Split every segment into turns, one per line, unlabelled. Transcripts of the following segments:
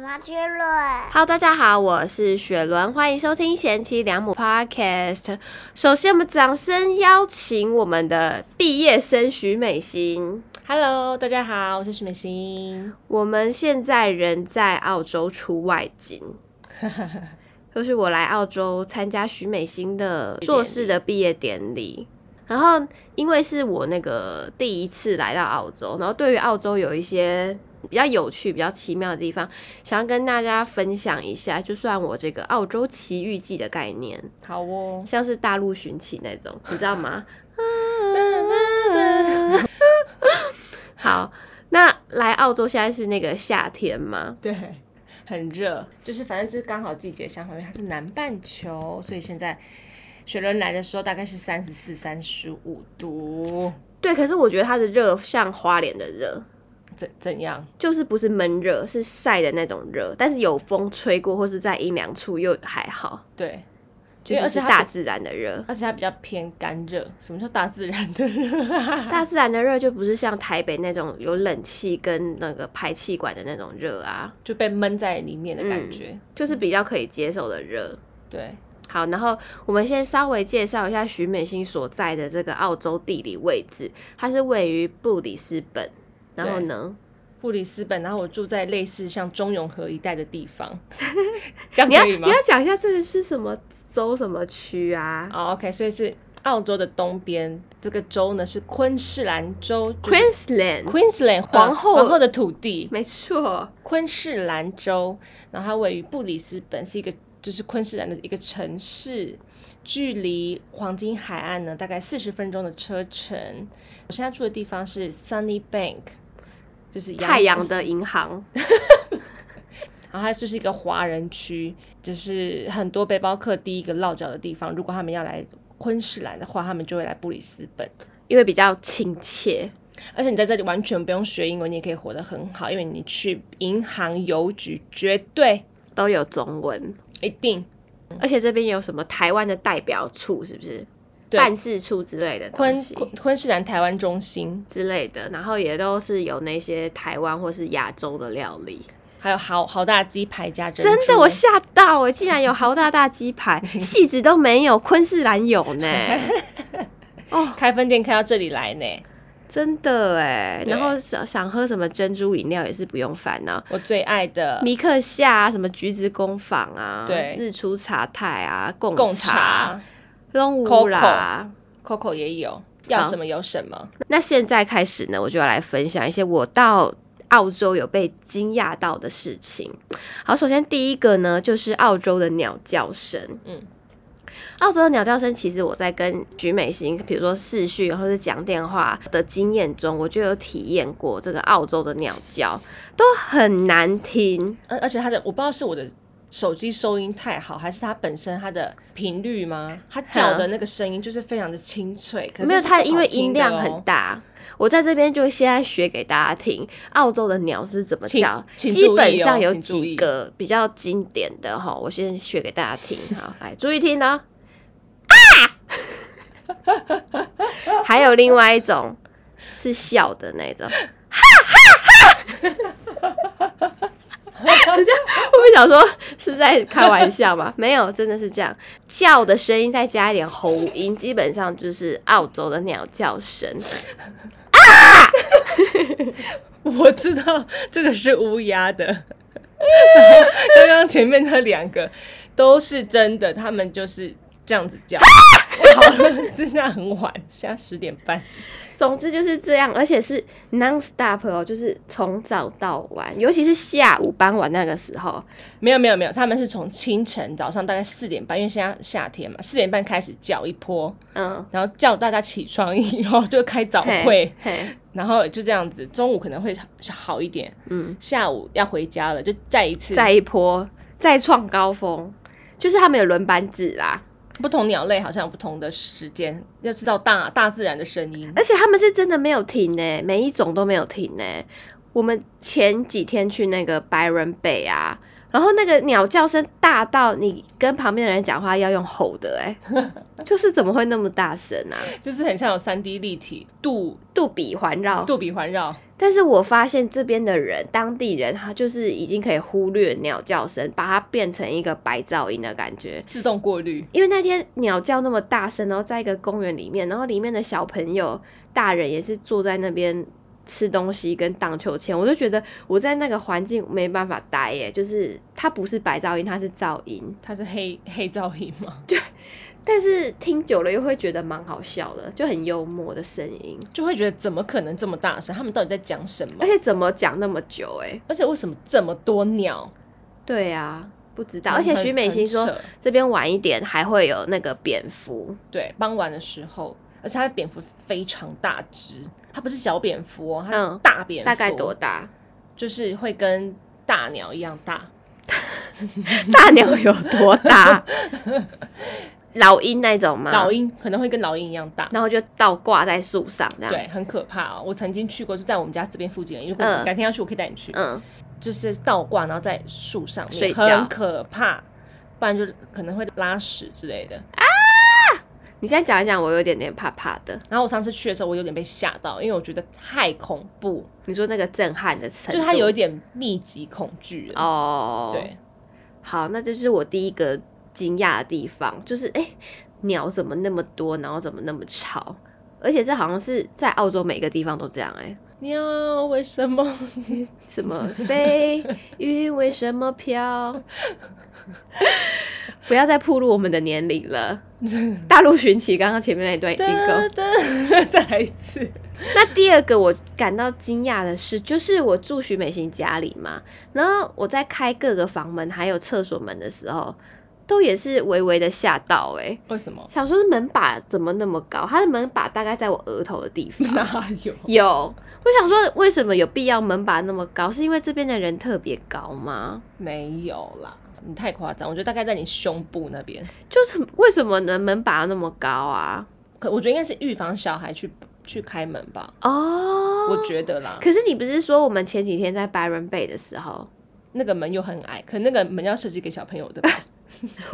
妈去了。
Hello，大家好，我是雪伦，欢迎收听《贤妻良母》Podcast。首先，我们掌声邀请我们的毕业生徐美心。
Hello，大家好，我是许美心。
我们现在人在澳洲出外景，就是我来澳洲参加徐美心的硕士的毕业典礼。然后，因为是我那个第一次来到澳洲，然后对于澳洲有一些比较有趣、比较奇妙的地方，想要跟大家分享一下，就算我这个澳洲奇遇记的概念，
好哦，
像是大陆寻奇那 种，你知道吗？好，那来澳洲现在是那个夏天吗？
对，很热，就是反正就是刚好季节相反，因为它是南半球，所以现在雪伦来的时候大概是三十四、三十五度，
对，可是我觉得它的热像花莲的热，
怎怎样？
就是不是闷热，是晒的那种热，但是有风吹过或是在阴凉处又还好，
对，
就
因为
是
而
是
且它
大
不
自然的 热。
而且它比较偏干热。什么叫大自然的热啊？
大自然的热就不是像台北那种有冷气跟那个排气管的那种热啊，
就被闷在里面的感觉。
就是比较可以接受的热。
对，
好，然后我们先稍微介绍一下徐美心所在的这个澳洲地理位置，它是位于布里斯本。然后呢，
布里斯本，然后我住在类似像中永和一带的地 方，这样
你要
可以
你
吗？
要讲一下这个是什么州什么区啊？
哦、o k 所以是澳洲的东边，这个州呢是昆士兰州、就是
Queensland，
Queensland
呃皇后
后皇后的土地，
没错，
昆士兰州，然后它位于布里斯本，是一个就是昆士兰的一个城市，距离黄金海岸呢大概四十分钟的车程。我现在住的地方是 Sunny Bank，就是
太阳的银行。
然后它就是一个华人区，就是很多背包客第一个落脚的地方。如果他们要来昆士兰的话，他们就会来布里斯本。
因为比较亲切，
而且你在这里完全不用学英文，你也可以活得很好，因为你去银行、邮局绝对
都有中文，
一定。
而且这边有什么台湾的代表处，是不是？
对
办事处之类的
昆
东西
昆昆士兰台湾中心
之类的，然后也都是有那些台湾或是亚洲的料理。
还有好好大鸡排加珍珠，
真的，我吓到哎、竟然有豪大大鸡排， 戏子都没有，昆士兰有呢，
开分店开到这里来呢，
真的哎、
对
然后想想喝什么珍珠饮料也是不用烦恼。
我最爱的
米克夏啊，什么橘子工坊啊，
对
日出茶太啊，
贡
贡
茶
茶、龙乌
Coco
啦，
，Coco 也有，
好
要什么有什么。
那现在开始呢，我就要来分享一些我到澳洲有被惊讶到的事情。好，首先第一个呢，就是澳洲的鸟叫声。嗯
嗯，
澳洲的鸟叫声，其实我在跟徐美心，比如说视讯或是讲电话的经验中，我就有体验过这个澳洲的鸟叫都很难听。
而而且它的我不知道是我的手机收音太好，还是它本身它的频率吗？它叫的那个声音就是非常的清脆，可是
没有，
是
它
不
因
好
为
听
音
的
量
哦
很大。我在这边就现在学给大家听，澳洲的鸟是怎么
请
叫。
请
基
注
本
意哦
上有
请注
几
意
个比较经典的哈，我先学给大家听。好， 来注意听哦。啊！ 还有另外一种是笑的那 种，哈哈哈！人家会不会想说是在开玩笑吗？ 没有，真的是这样。叫的声音再加一点喉音，基本上就是澳洲的鸟叫声。
我知道这个是乌鸦的。 然后刚刚前面那两个都是真的，他们就是这样子叫。 好了，现在很晚，现在十点半。
总之就是这样，而且是 non stop 哦，就是从早到晚，尤其是下午傍晚那个时候，
没有没有没有，他们是从清晨早上大概四点半，因为现在夏天嘛，四点半开始叫一波，
嗯，
然后叫大家起床以后就开早
嘿
会，
嘿，
然后就这样子，中午可能会好一点，
嗯，
下午要回家了就再一次
再一波，再创高峰，就是他们有轮班制啦，
不同鸟类好像有不同的时间，要知道大大自然的声音。
而且他们是真的没有停呢、每一种都没有停呢、我们前几天去那个白人北啊，然后那个鸟叫声大到你跟旁边的人讲话要用吼的、哎，就是怎么会那么大声啊？
就是很像有三 D 立体杜
杜比环绕。
杜比环绕，
但是我发现这边的人，当地人他就是已经可以忽略鸟叫声，把它变成一个白噪音的感觉。
自动过滤，
因为那天鸟叫那么大声，然后在一个公园里面，然后里面的小朋友、大人也是坐在那边吃东西跟荡秋千，我就觉得我在那个环境没办法待耶，就是它不是白噪音，它是噪音，
它是黑黑噪音嘛，
但是听久了又会觉得蛮好笑的，就很幽默的声音，
就会觉得怎么可能这么大声？他们到底在讲什么
而？且怎么讲那么久？哎，
而且为什么这么多鸟？
对啊，不知道。而且
很
徐美
很
心说
扯
这边晚一点还会有那个蝙蝠，
对，傍晚的时候，而且它的蝙蝠非常大只，它不是小蝙蝠哦，它是
嗯
大蝙蝠，
大概多大？
就是会跟大鸟一样大，
大鸟有多 大？老鹰那种吗？
老，鹰可能会跟老鹰一样大。
然后就倒挂在树上这样。，
对，很可怕哦！我曾经去过，就在我们家这边附近而已。如果
嗯
改天要去，我可以带你去。
嗯，
就是倒挂，然后在树上面，
睡觉
很可怕，不然就可能会拉屎之类的。
你现在讲一讲，我有点点怕怕的。
然后我上次去的时候，我有点被吓到，因为我觉得太恐怖，
你说那个震撼的程度，
就它有一点密集恐惧了。
哦，，
对，
好，那这是我第一个惊讶的地方，就是哎、诶鸟怎么那么多，然后怎么那么吵，而且这好像是在澳洲每个地方都这样哎、诶
喵，为什 么？
什么飞鱼为什么飘？不要再暴露我们的年龄了。大陆寻奇刚刚前面那一段已经够。
噔噔，再来一次。
那第二个我感到惊讶的是，就是我住徐美心家里嘛，然后我在开各个房门还有厕所门的时候，都也是微微的吓到哎、欸
为什么？
想说门把怎么那么高？它的门把大概在我额头的地 方。
哪有？
有，我想说为什么有必要门把那么高？是因为这边的人特别高吗？
没有啦，你太夸张。我觉得大概在你胸部那边，
就是为什么呢？门把那么高啊？
可我觉得应该是预防小孩去去开门吧，
哦、
我觉得啦。
可是你不是说我们前几天在 Byron Bay 的时候，
那个门又很矮，可那个门要设计给小朋友的吧？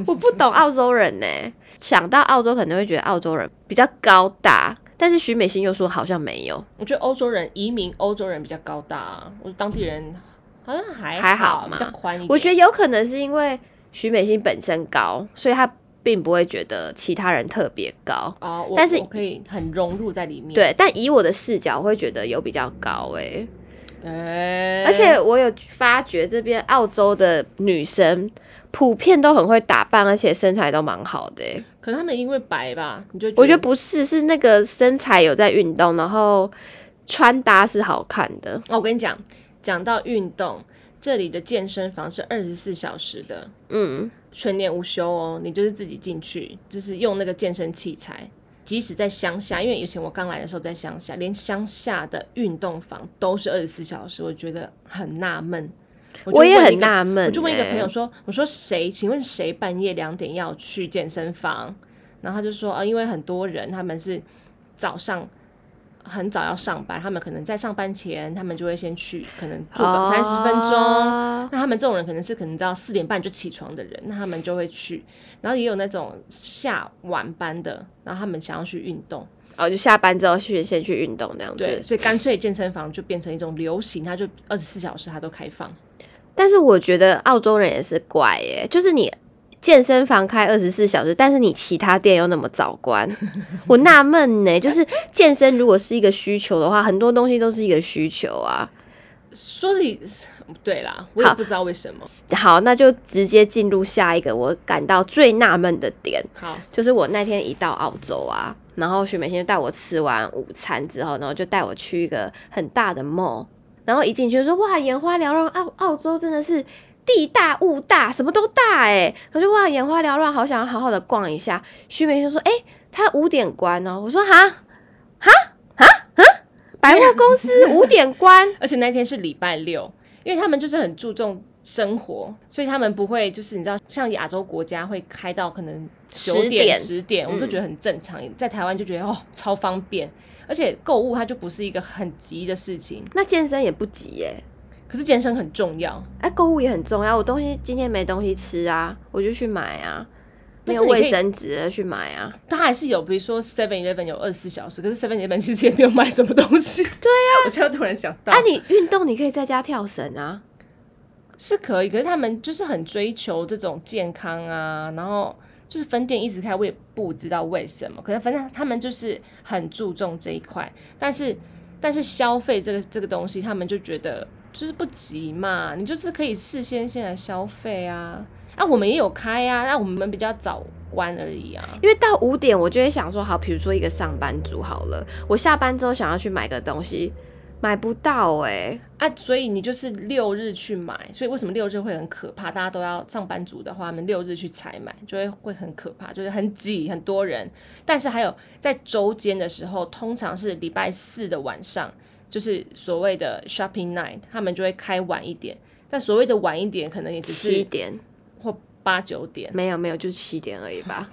我不懂澳洲人呢、想到澳洲可能会觉得澳洲人比较高大，但是徐美心又说好像没有，
我觉得欧洲人移民，欧洲人比较高大、啊，我觉得当地人好像还
还好
好
嘛
比较宽一点。
我觉得有可能是因为徐美心本身高，所以她并不会觉得其他人特别高。
啊、我
但是
我可以很融入在里面。，
对，但以我的视角，我会觉得有比较高哎、
哎、
而且我有发觉这边澳洲的女生普遍都很会打扮，而且身材都蛮好的、欸。
可能他们因为白吧，你就
我觉得不是，是那个身材有在运动，然后穿搭是好看的。
哦，我跟你讲，讲到运动，这里的健身房是二十四小时的，
嗯，
全年无休哦。你就是自己进去，就是用那个健身器材。即使在乡下，因为以前我刚来的时候在乡下，连乡下的运动房都是二十四小时，我觉得很纳闷。我就
我也
问一
很
个
纳闷、
我就问一个朋友
欸，
说：“我说谁？请问谁半夜两点要去健身房？”然后他就说：“啊，因为很多人他们是早上很早要上班，他们可能在上班前，他们就会先去，可能做个三十分钟。
哦
那他们这种人可能是可能到四点半就起床的人，那他们就会去。然后也有那种下晚班的，然后他们想要去运动，
哦，就下班之后去先去运动那样
对，
子。
所以干脆健身房就变成一种流行，它就二十四小时它都开放。
但是我觉得澳洲人也是怪耶、就是你健身房开二十四小时，但是你其他店又那么早关，我纳闷呢。就是健身如果是一个需求的话，很多东西都是一个需求啊。
说的对啦，我也
好
不知道为什么。
好，那就直接进入下一个我感到最纳闷的点，
好，
就是我那天一到澳洲啊，然后徐美心就带我吃完午餐之后，然后就带我去一个很大的 mall，然后一进去就说哇，眼花缭乱，澳澳洲真的是地大物大，什么都大哎、欸，我就哇眼花缭乱，好想要好好的逛一下。徐美心说，哎、他五点关哦，我说哈哈哈哈，百货公 司五点关，
而且那天是礼拜六，因为他们就是很注重生活，所以他们不会就是你知道，像亚洲国家会开到可能九
10
点
点
十点，我就
嗯
觉得很正常。在台湾就觉得哦超方便，而且购物它就不是一个很急的事情，
那健身也不急耶、
可是健身很重要，
哎、购物也很重要。我东西今天没东西吃啊，我就去买啊。没
但是
有
你可
卫
以
生纸了去买啊。
它还是有，比如说 Seven Eleven 有二十四小时，可是 Seven Eleven 其实也没有卖什么东西。对啊呀、 我现在突然想到，
啊，你运动你可以在家跳绳啊。
是可以，可是他们就是很追求这种健康啊，然后就是分店一直开，我也不知道为什么，可是反正他们就是很注重这一块，但是但是消费这个这个东西，他们就觉得就是不急嘛，你就是可以事先先来消费啊，啊我们也有开啊，那、我们比较早关而已啊，
因为到五点，我就会想说，好，比如说一个上班族好了，我下班之后想要去买个东西，买不到哎、
啊所以你就是六日去买，所以为什么六日会很可怕？大家都要上班族的话，他们六日去采买就会会很可怕，就是很挤很多人。但是还有在周间的时候，通常是礼拜四的晚上，就是所谓的 shopping night，他们就会开晚一点。但所谓的晚一点，可能也只
七
是
点
或八九点。
没有没有，就七点而已吧。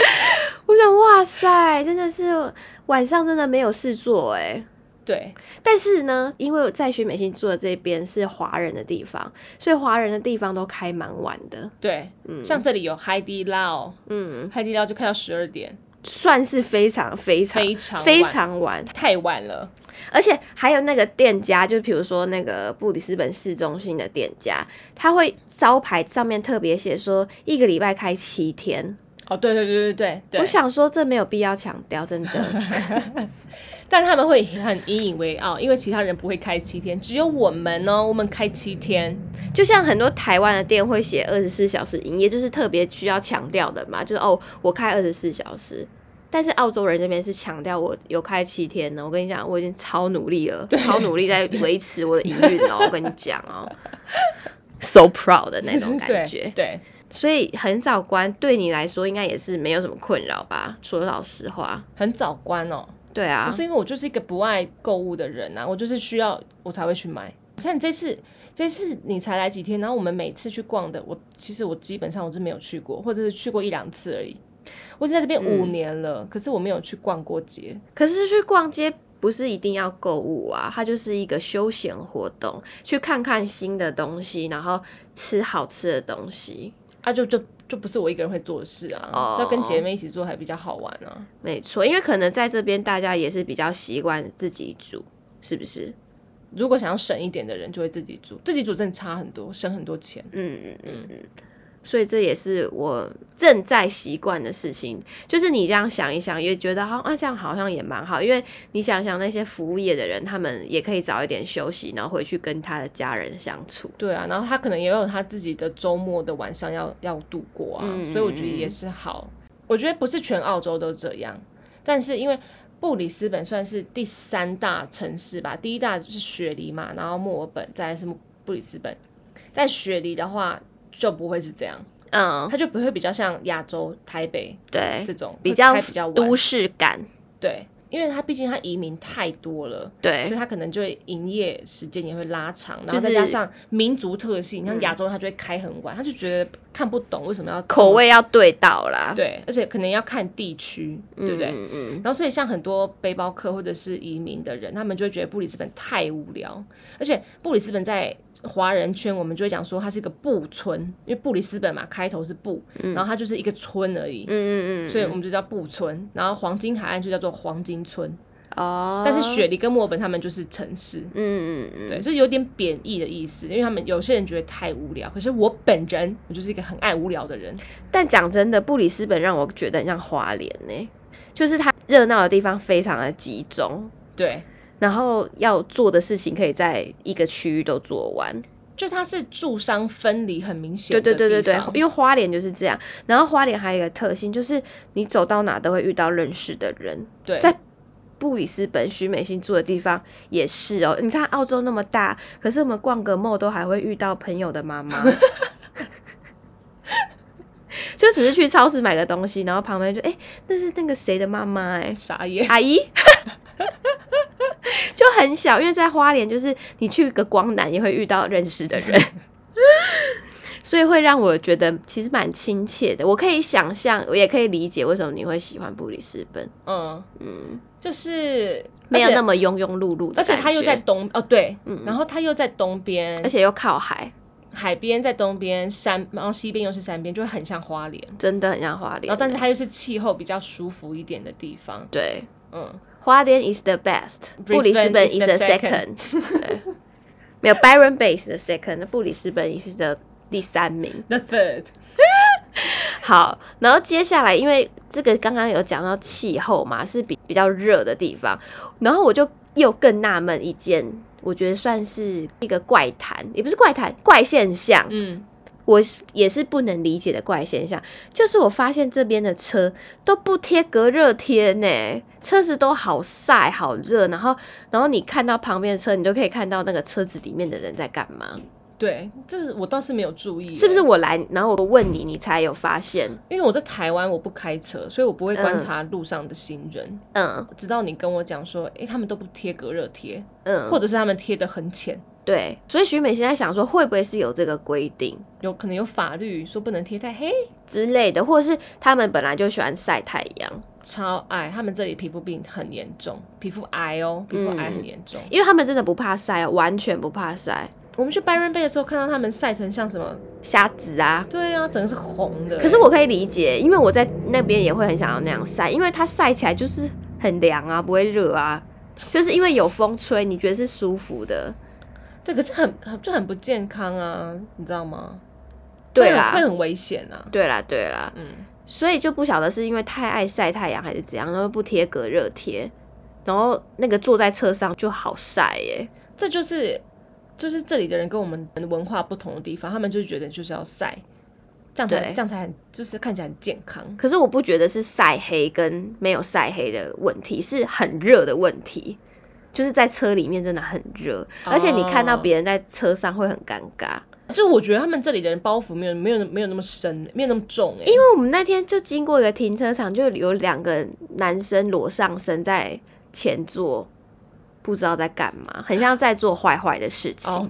我想，哇塞，真的是晚上真的没有事做哎、
对，
但是呢，因为我在学美心住的这边是华人的地方，所以华人的地方都开蛮晚的。
对，
嗯
像这里有 h i d i Lao，h
嗯，
i d i Lao 就开到十二点，
算是非常非常
非常
非
晚
常晚，
太晚了。
而且还有那个店家，就比如说那个布里斯本市中心的店家，他会招牌上面特别写说一个礼拜开七天。
哦，对对对对对对，
我想说这没有必要强调，真的。
但他们会很引以为傲，因为其他人不会开七天，只有我们哦，我们开七天。
就像很多台湾的店会写二十四小时营业，就是特别需要强调的嘛，就是哦，我开二十四小时。但是澳洲人这边是强调我有开七天呢，哦我跟你讲，我已经超努力了，超努力在维持我的营运哦，我跟你讲 哦，so proud 的那种感觉
对。对，
所以很早关对你来说应该也是没有什么困扰吧？说老实话，
很早关哦，
对啊
不，是因为我就是一个不爱购物的人啊，我就是需要我才会去买。你看这次，这次你才来几天，然后我们每次去逛的，我其实我基本上我是没有去过，或者是去过一两次而已。我已经在这边五年了，可是我没有去逛过街。
可是去逛街不是一定要购物啊，它就是一个休闲活动，去看看新的东西，然后吃好吃的东西，
啊就，就就不是我一个人会做的事啊，
哦
要跟姐妹一起做还比较好玩啊。
没错。因为可能在这边大家也是比较习惯自己煮，是不是？
如果想要省一点的人，就会自己煮，自己煮真的差很多，省很多钱。
嗯嗯嗯嗯。所以这也是我正在习惯的事情，就是你这样想一想，也觉得好啊，这样好像也蛮好，因为你想想那些服务业的人，他们也可以早一点休息，然后回去跟他的家人相处。
对啊，然后他可能也有他自己的周末的晚上要要度过啊，
嗯
所以我觉得也是好。我觉得不是全澳洲都这样，但是因为布里斯本算是第三大城市吧，第一大就是雪梨嘛，然后墨尔本，再来是布里斯本。在雪梨的话就不会是这样，
嗯，
它就不会比较像亚洲台北
对
这，种
比较
会开比较晚
都市感，
对，因为它毕竟它移民太多了，所以
对，
它可能就会营业时间也会拉长，然
就
后再
是嗯
加上民族特性，像亚洲人他就会开很晚，他就觉得看不懂为什么要
口味要对到啦，
对，而且可能要看地区，对不对？
嗯嗯嗯
然后所以像很多背包客或者是移民的人，他们就会觉得布里斯本太无聊，而且布里斯本在华人圈，我们就会讲说它是一个布村，因为布里斯本嘛，开头是布，然后它就是一个村而已。
嗯嗯嗯嗯，
所以我们就叫布村，然后黄金海岸就叫做黄金村，
哦，
但是雪梨跟墨尔本他们就是城市，
嗯，嗯嗯嗯，
对，就是有点贬义的意思，因为他们有些人觉得太无聊，可是我本人我就是一个很爱无聊的人，
但讲真的，布里斯本让我觉得很像花莲呢、就是它热闹的地方非常的集中，
对，
然后要做的事情可以在一个区域都做完。
就它是住商分离很明显
对
的
对
地方，
对对对，因为花莲就是这样。然后花莲还有一个特性，就是你走到哪都会遇到认识的人。
对
在布里斯本徐美欣住的地方也是哦。你看澳洲那么大，可是我们逛个 mall 都还会遇到朋友的妈 妈。就只是去超市买个东西，然后旁边就哎、那是那个谁的妈妈哎，
傻眼，
阿姨， 就很小， 因为在花莲，就是你去个光南也会遇到认识的人，所以会让我觉得其实蛮亲切的。我可以想象，我也可以理解为什么你会喜欢布里斯本，
嗯，
嗯，
就是
没有那
么，
么庸庸碌碌的
而且
感
它又
觉
在，东哦对，
嗯
然后它又在东边，
而且又靠海，
海边在东边，山然后西边又是山边，就会很像花莲。
真的很像花莲。
然后，哦但是它又是气候比较舒服一点的地方，
对，
嗯，
花莲 is the best，布里斯
Brisbane
本
is
is
the
the
second
second，对没有 Byron Bay is the second，布里斯本 is the 第三名。
The third，
好，然后接下来，因为这个刚刚有讲到气候嘛，是比比较热的地方，然后我就又更纳闷一件，我觉得算是一个怪谈，也不是怪谈，怪现象，
嗯，
我也是不能理解的怪现象，就是我发现这边的车都不贴隔热贴呢，车子都好晒好热，然后然后你看到旁边的车，你就可以看到那个车子里面的人在干嘛，
对，这我倒是没有注意，
是不是？我来，然后我问你，你才有发现，
因为我在台湾，我不开车，所以我不会观察路上的行人。
嗯
直到你跟我讲说，诶，他们都不贴隔热贴，
嗯，
或者是他们贴的很浅，
对，所以徐美现在想说，会不会是有这个规定
有可能有法律说不能贴太黑。
之类的，或者是他们本来就喜欢晒太阳，
超矮，他们这里皮肤病很严重，皮肤癌哦，皮肤癌
嗯
很严重。
因为他们真的不怕晒啊，完全不怕晒，
我们去 Byron Bay 的时候，看到他们晒成像什么？
瞎子啊。
对啊，整个是红的。欸
可是我可以理解，因为我在那边也会很想要那样晒，因为它晒起来就是很凉啊，不会热啊，就是因为有风吹，你觉得是舒服的。
这可是很很就很不健康啊，你知道吗？
对
会很
啦
会，很危险啊。
对啦，对啦，
嗯，
所以就不晓得是因为太爱晒太阳还是怎样，然后不贴隔热贴，然后那个坐在车上就好晒耶、
这就是就是这里的人跟我们文化不同的地方，他们就觉得就是要晒，这样才
对
这样才很就是看起来很健康。
可是我不觉得是晒黑跟没有晒黑的问题，是很热的问题。就是在车里面真的很热，
哦
而且你看到别人在车上会很尴尬。
就我觉得他们这里的人包袱没有没有没有那么深，没有那么重哎、
因为我们那天就经过一个停车场，就有两个男生裸上身在前座，不知道在干嘛，很像在做坏坏的事情，
哦，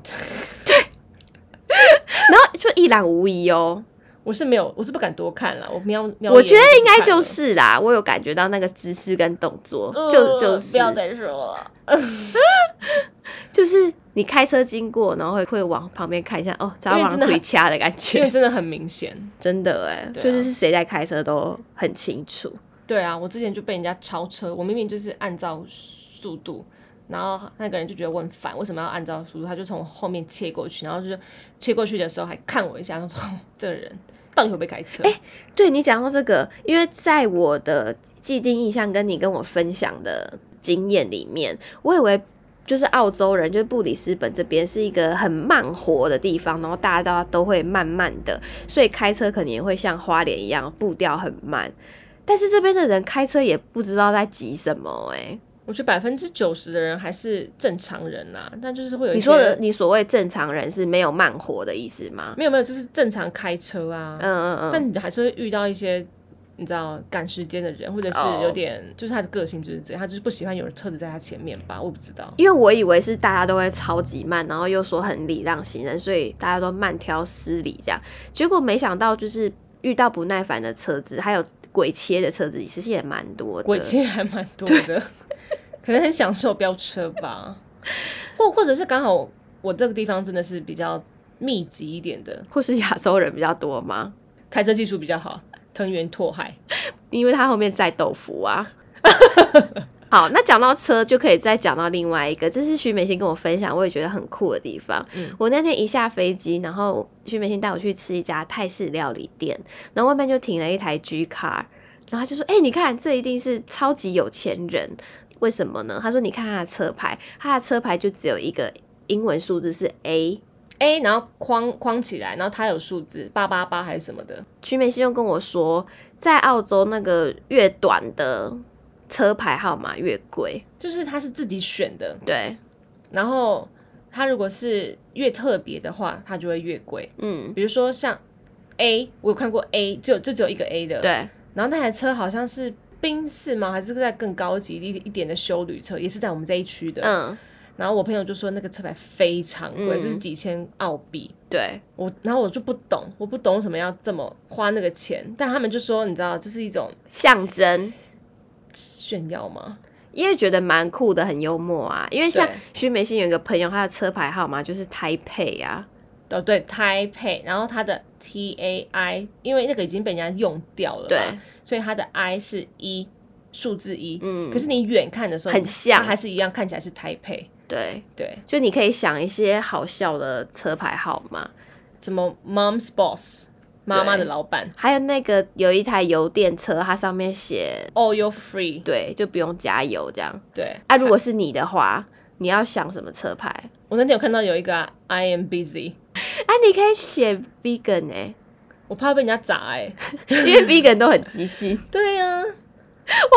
然后就一览无遗哦。
我是没有，我是不敢多看了。我瞄，瞄一
我
眼
觉得
不
应该
看
就
了
是啦，我有感觉到那个姿势跟动作，
呃
就就是
不要再说了。
就是你开车经过，然后会会往旁边看一下，哦，早
因为
往
真的很
回掐的感
因为
觉，
真的很明显。
真的哎、
对啊啊
就是是谁在开车都很清楚。
对啊，我之前就被人家超车，我明明就是按照速度，然后那个人就觉得我很烦，为什么要按照速度？他就从我后面切过去，然后就是切过去的时候还看我一下，他说 哦这个人到底会不会开车？
对你讲到这个，因为在我的既定印象跟你跟我分享的经验里面，我以为就是澳洲人，就是布里斯本这边是一个很慢活的地方，然后大家都都会慢慢的，所以开车可能也会像花莲一样步调很慢。但是这边的人开车也不知道在急什么哎、
我觉得百分之九十的人还是正常人啦、但就是会有一
你说的
些
你所谓正常人是没有慢活的意思吗？
没有没有，就是正常开车啊，
嗯嗯嗯，
但你还是会遇到一些。你知道赶时间的人，或者是
哦
有点就是他的个性就是这样，他就是不喜欢有人车子在他前面吧，我不知道。
因为我以为是大家都会超级慢，然后又说很礼让行人，所以大家都慢条斯理这样。结果没想到就是遇到不耐烦的车子，还有鬼切的车子，其实也蛮多的。
鬼切还蛮多的，可能很享受飙车吧，或或者是刚好我这个地方真的是比较密集一点的，
或是亚洲人比较多吗？
开车技术比较好，藤原拓海，
因为他后面载豆腐啊。好，那讲到车就可以再讲到另外一个，这是徐美心跟我分享，我也觉得很酷的地方。
嗯
我那天一下飞机，然后徐美心带我去吃一家泰式料理店，然后外面就停了一台 G car，然后他就说：“哎、你看，这一定是超级有钱人，为什么呢？”他说：“你看他的车牌，他的车牌就只有一个英文数字是 A。”
哎、然后框框起来，然后它有数字八八八还是什么的，
徐美心就跟我说，在澳洲那个越短的车牌号码越贵。
就是它是自己选的，
对，
然后它如果是越特别的话，它就会越贵，
嗯，
比如说像 A，我有看过 A，就就只有一个 A 的，
对，
然后那台车好像是宾士吗？还是在更高级一一点的修旅车，也是在我们这一区的。
嗯，
然后我朋友就说那个车牌非常贵，
嗯
就是几千澳币。
对，
我然后我就不懂，我不懂为什么要这么花那个钱，但他们就说你知道，就是一种
象征，
炫耀嘛。
因为觉得蛮酷的，很幽默啊。因为像
对
徐美心有一个朋友，他的车牌号码就是台配啊，
哦，对，Taipei，然后它的 T A I，因为那个已经被人家用掉了嘛，
对，
所以它的 I 是一数字一。
嗯
可是你远看的时候
很像
它还是一样看起来是 Taipei。
对，
对，
就你可以想一些好笑的车牌号码，
什么 Mom's Boss，妈妈的老板
还有那个有一台油电车，它上面写
，All You Oh, Free，
对，就不用加油这样。
对。
啊，如果是你的话， 你要想什么车牌？
我那天有看到有一个、啊、I am busy，
啊，你可以写 vegan 哎、
我怕被人家砸哎、
因为 vegan 都很激 进，
对呀、
啊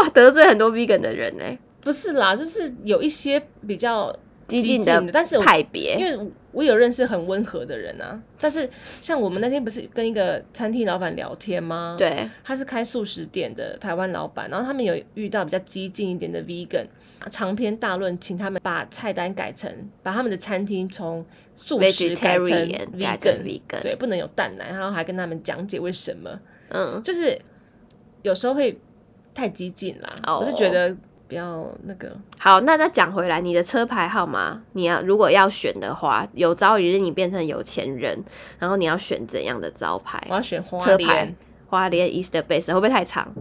哇，得罪很多 vegan 的人哎、
不是啦，就是有一些比较
激进
的
的，
但是我
派别，
因为我有认识很温和的人啊，但是像我们那天不是跟一个餐厅老板聊天吗？，
对，
他是开素食店的台湾老板，然后他们有遇到比较激进一点的 vegan，长篇大论，请他们把菜单改成，把他们的餐厅从素食改成
vegetarian 改成 vegan，
对，不能有蛋奶，然后还跟他们讲解为什么，
嗯，
就是有时候会太激进啦
哦
我是觉得不要那个。
好，那那讲回来，你的车牌号码，你要如果要选的话，有朝一日你变成有钱人，然后你要选怎样的招牌？
我要选花
车牌
莲，
花莲 East Base 会不会太长？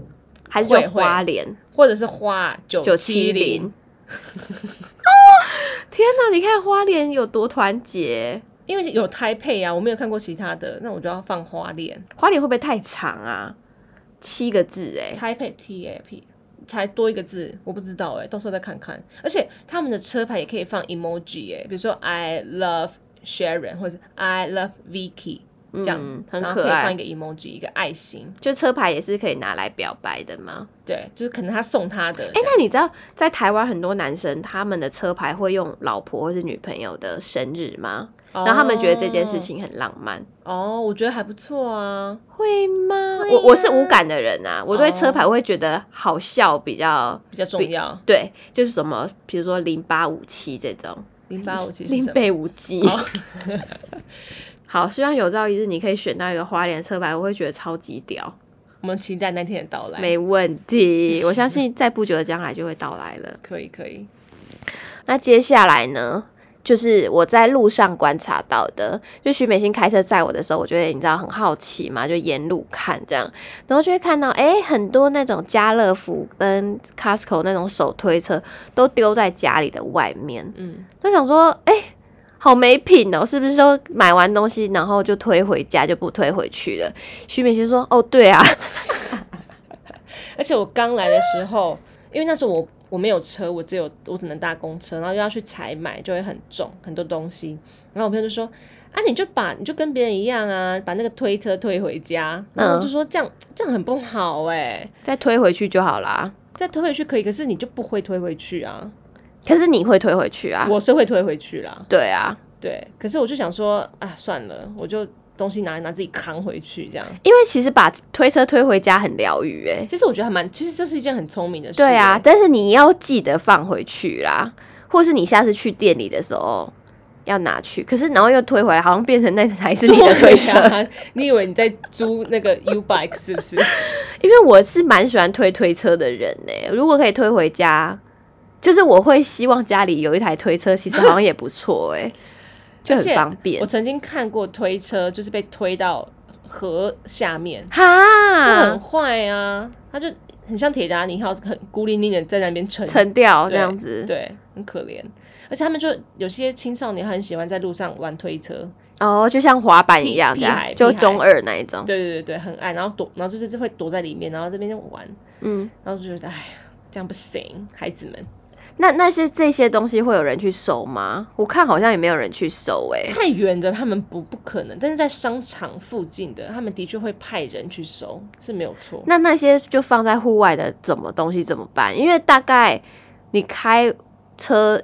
还是
会
就花莲
或者是花九
九
七
七零？
零
哦，天哪！你看花莲有多团结，
因为有台配啊，我没有看过其他的，那我就要放花莲
花莲会不会太长啊？七个字哎、
台配 T A P，才多一个字，我不知道哎、到时候再看看。而且他们的车牌也可以放 emoji 哎、比如说 I love Sharon 或者 I love Vicky 这样，
嗯很
然后可
可
以放
爱。
一个 emoji 一个爱心，
就车牌也是可以拿来表白的吗？
对，就是可能他送他的这
哎、
样，
那你知道在台湾很多男生他们的车牌会用老婆或是女朋友的生日吗？然后他们觉得这件事情很浪漫，
哦，哦我觉得还不错啊，
会吗？
会啊哦
我我
呀
是无感的人啊，我对车牌我会觉得好笑比较
比较重要。
对，就是什么比如说零八五七这种，
零八五七是
零
什么？
北五七。
哦
好，希望有朝一日你可以选到一个花莲车牌，我会觉得超级屌，
我们期待那天的到来。
没问题。我相信在不久的将来就会到来了。
可以可以，
那接下来呢，就是我在路上观察到的，就徐美心开车载我的时候，我觉得你知道很好奇嘛，就沿路看这样，然后就会看到诶，很多那种家乐福跟 Costco 那种手推车都丢在家里的外面，
嗯，
就想说诶，好没品哦，是不是说买完东西然后就推回家就不推回去了？徐美心说：“哦，对啊，
而且我刚来的时候，因为那时候我我没有车，我只有我只能搭公车，然后又要去采买，就会很重很多东西。然后我朋友就说：“啊，你就把你就跟别人一样啊，把那个推车推回家。”然后我就说：“这样这样很不好哎、
再推回去就好啦。
再推回去可以，可是你就不会推回去啊。
可是你会推回去啊？
我是会推回去啦，
对啊，
对。可是我就想说啊，算了，我就东西拿拿自己扛回去这样。
因为其实把推车推回家很疗愈哎。
其实我觉得还蛮，其实这是一件很聪明的事、
对啊
欸，
但是你要记得放回去啦，或是你下次去店里的时候要拿去，可是然后又推回来，好像变成那台 是你的推车。
对啊，你以为你在租那个 U Bike 是不是？
因为我是蛮喜欢推推车的人呢、如果可以推回家，就是我会希望家里有一台推车，其实好像也不错哎、 就很
而且
方便
我曾经看过推车，就是被推到河下面，就
哈
很，坏啊，它就很像铁达尼号，很孤零零的在那边沉。
沉掉
对
这样子。
对，很可怜，而且他们就有些青少年很喜欢在路上玩推车，
哦，就像滑板一
屁
样，这
屁
样
孩
就
屁孩
中二那一种。
对对对对，很爱，然后躲，然后就是会躲在里面，然后这边就玩，
嗯，
然后就觉得哎呀，这样不行，孩子们
那那些这些东西会有人去收吗？我看好像也没有人去收哎、
太远的他们不不可能，但是在商场附近的，他们的确会派人去收，是没有错。
那那些就放在户外的怎么东西怎么办？因为大概你开车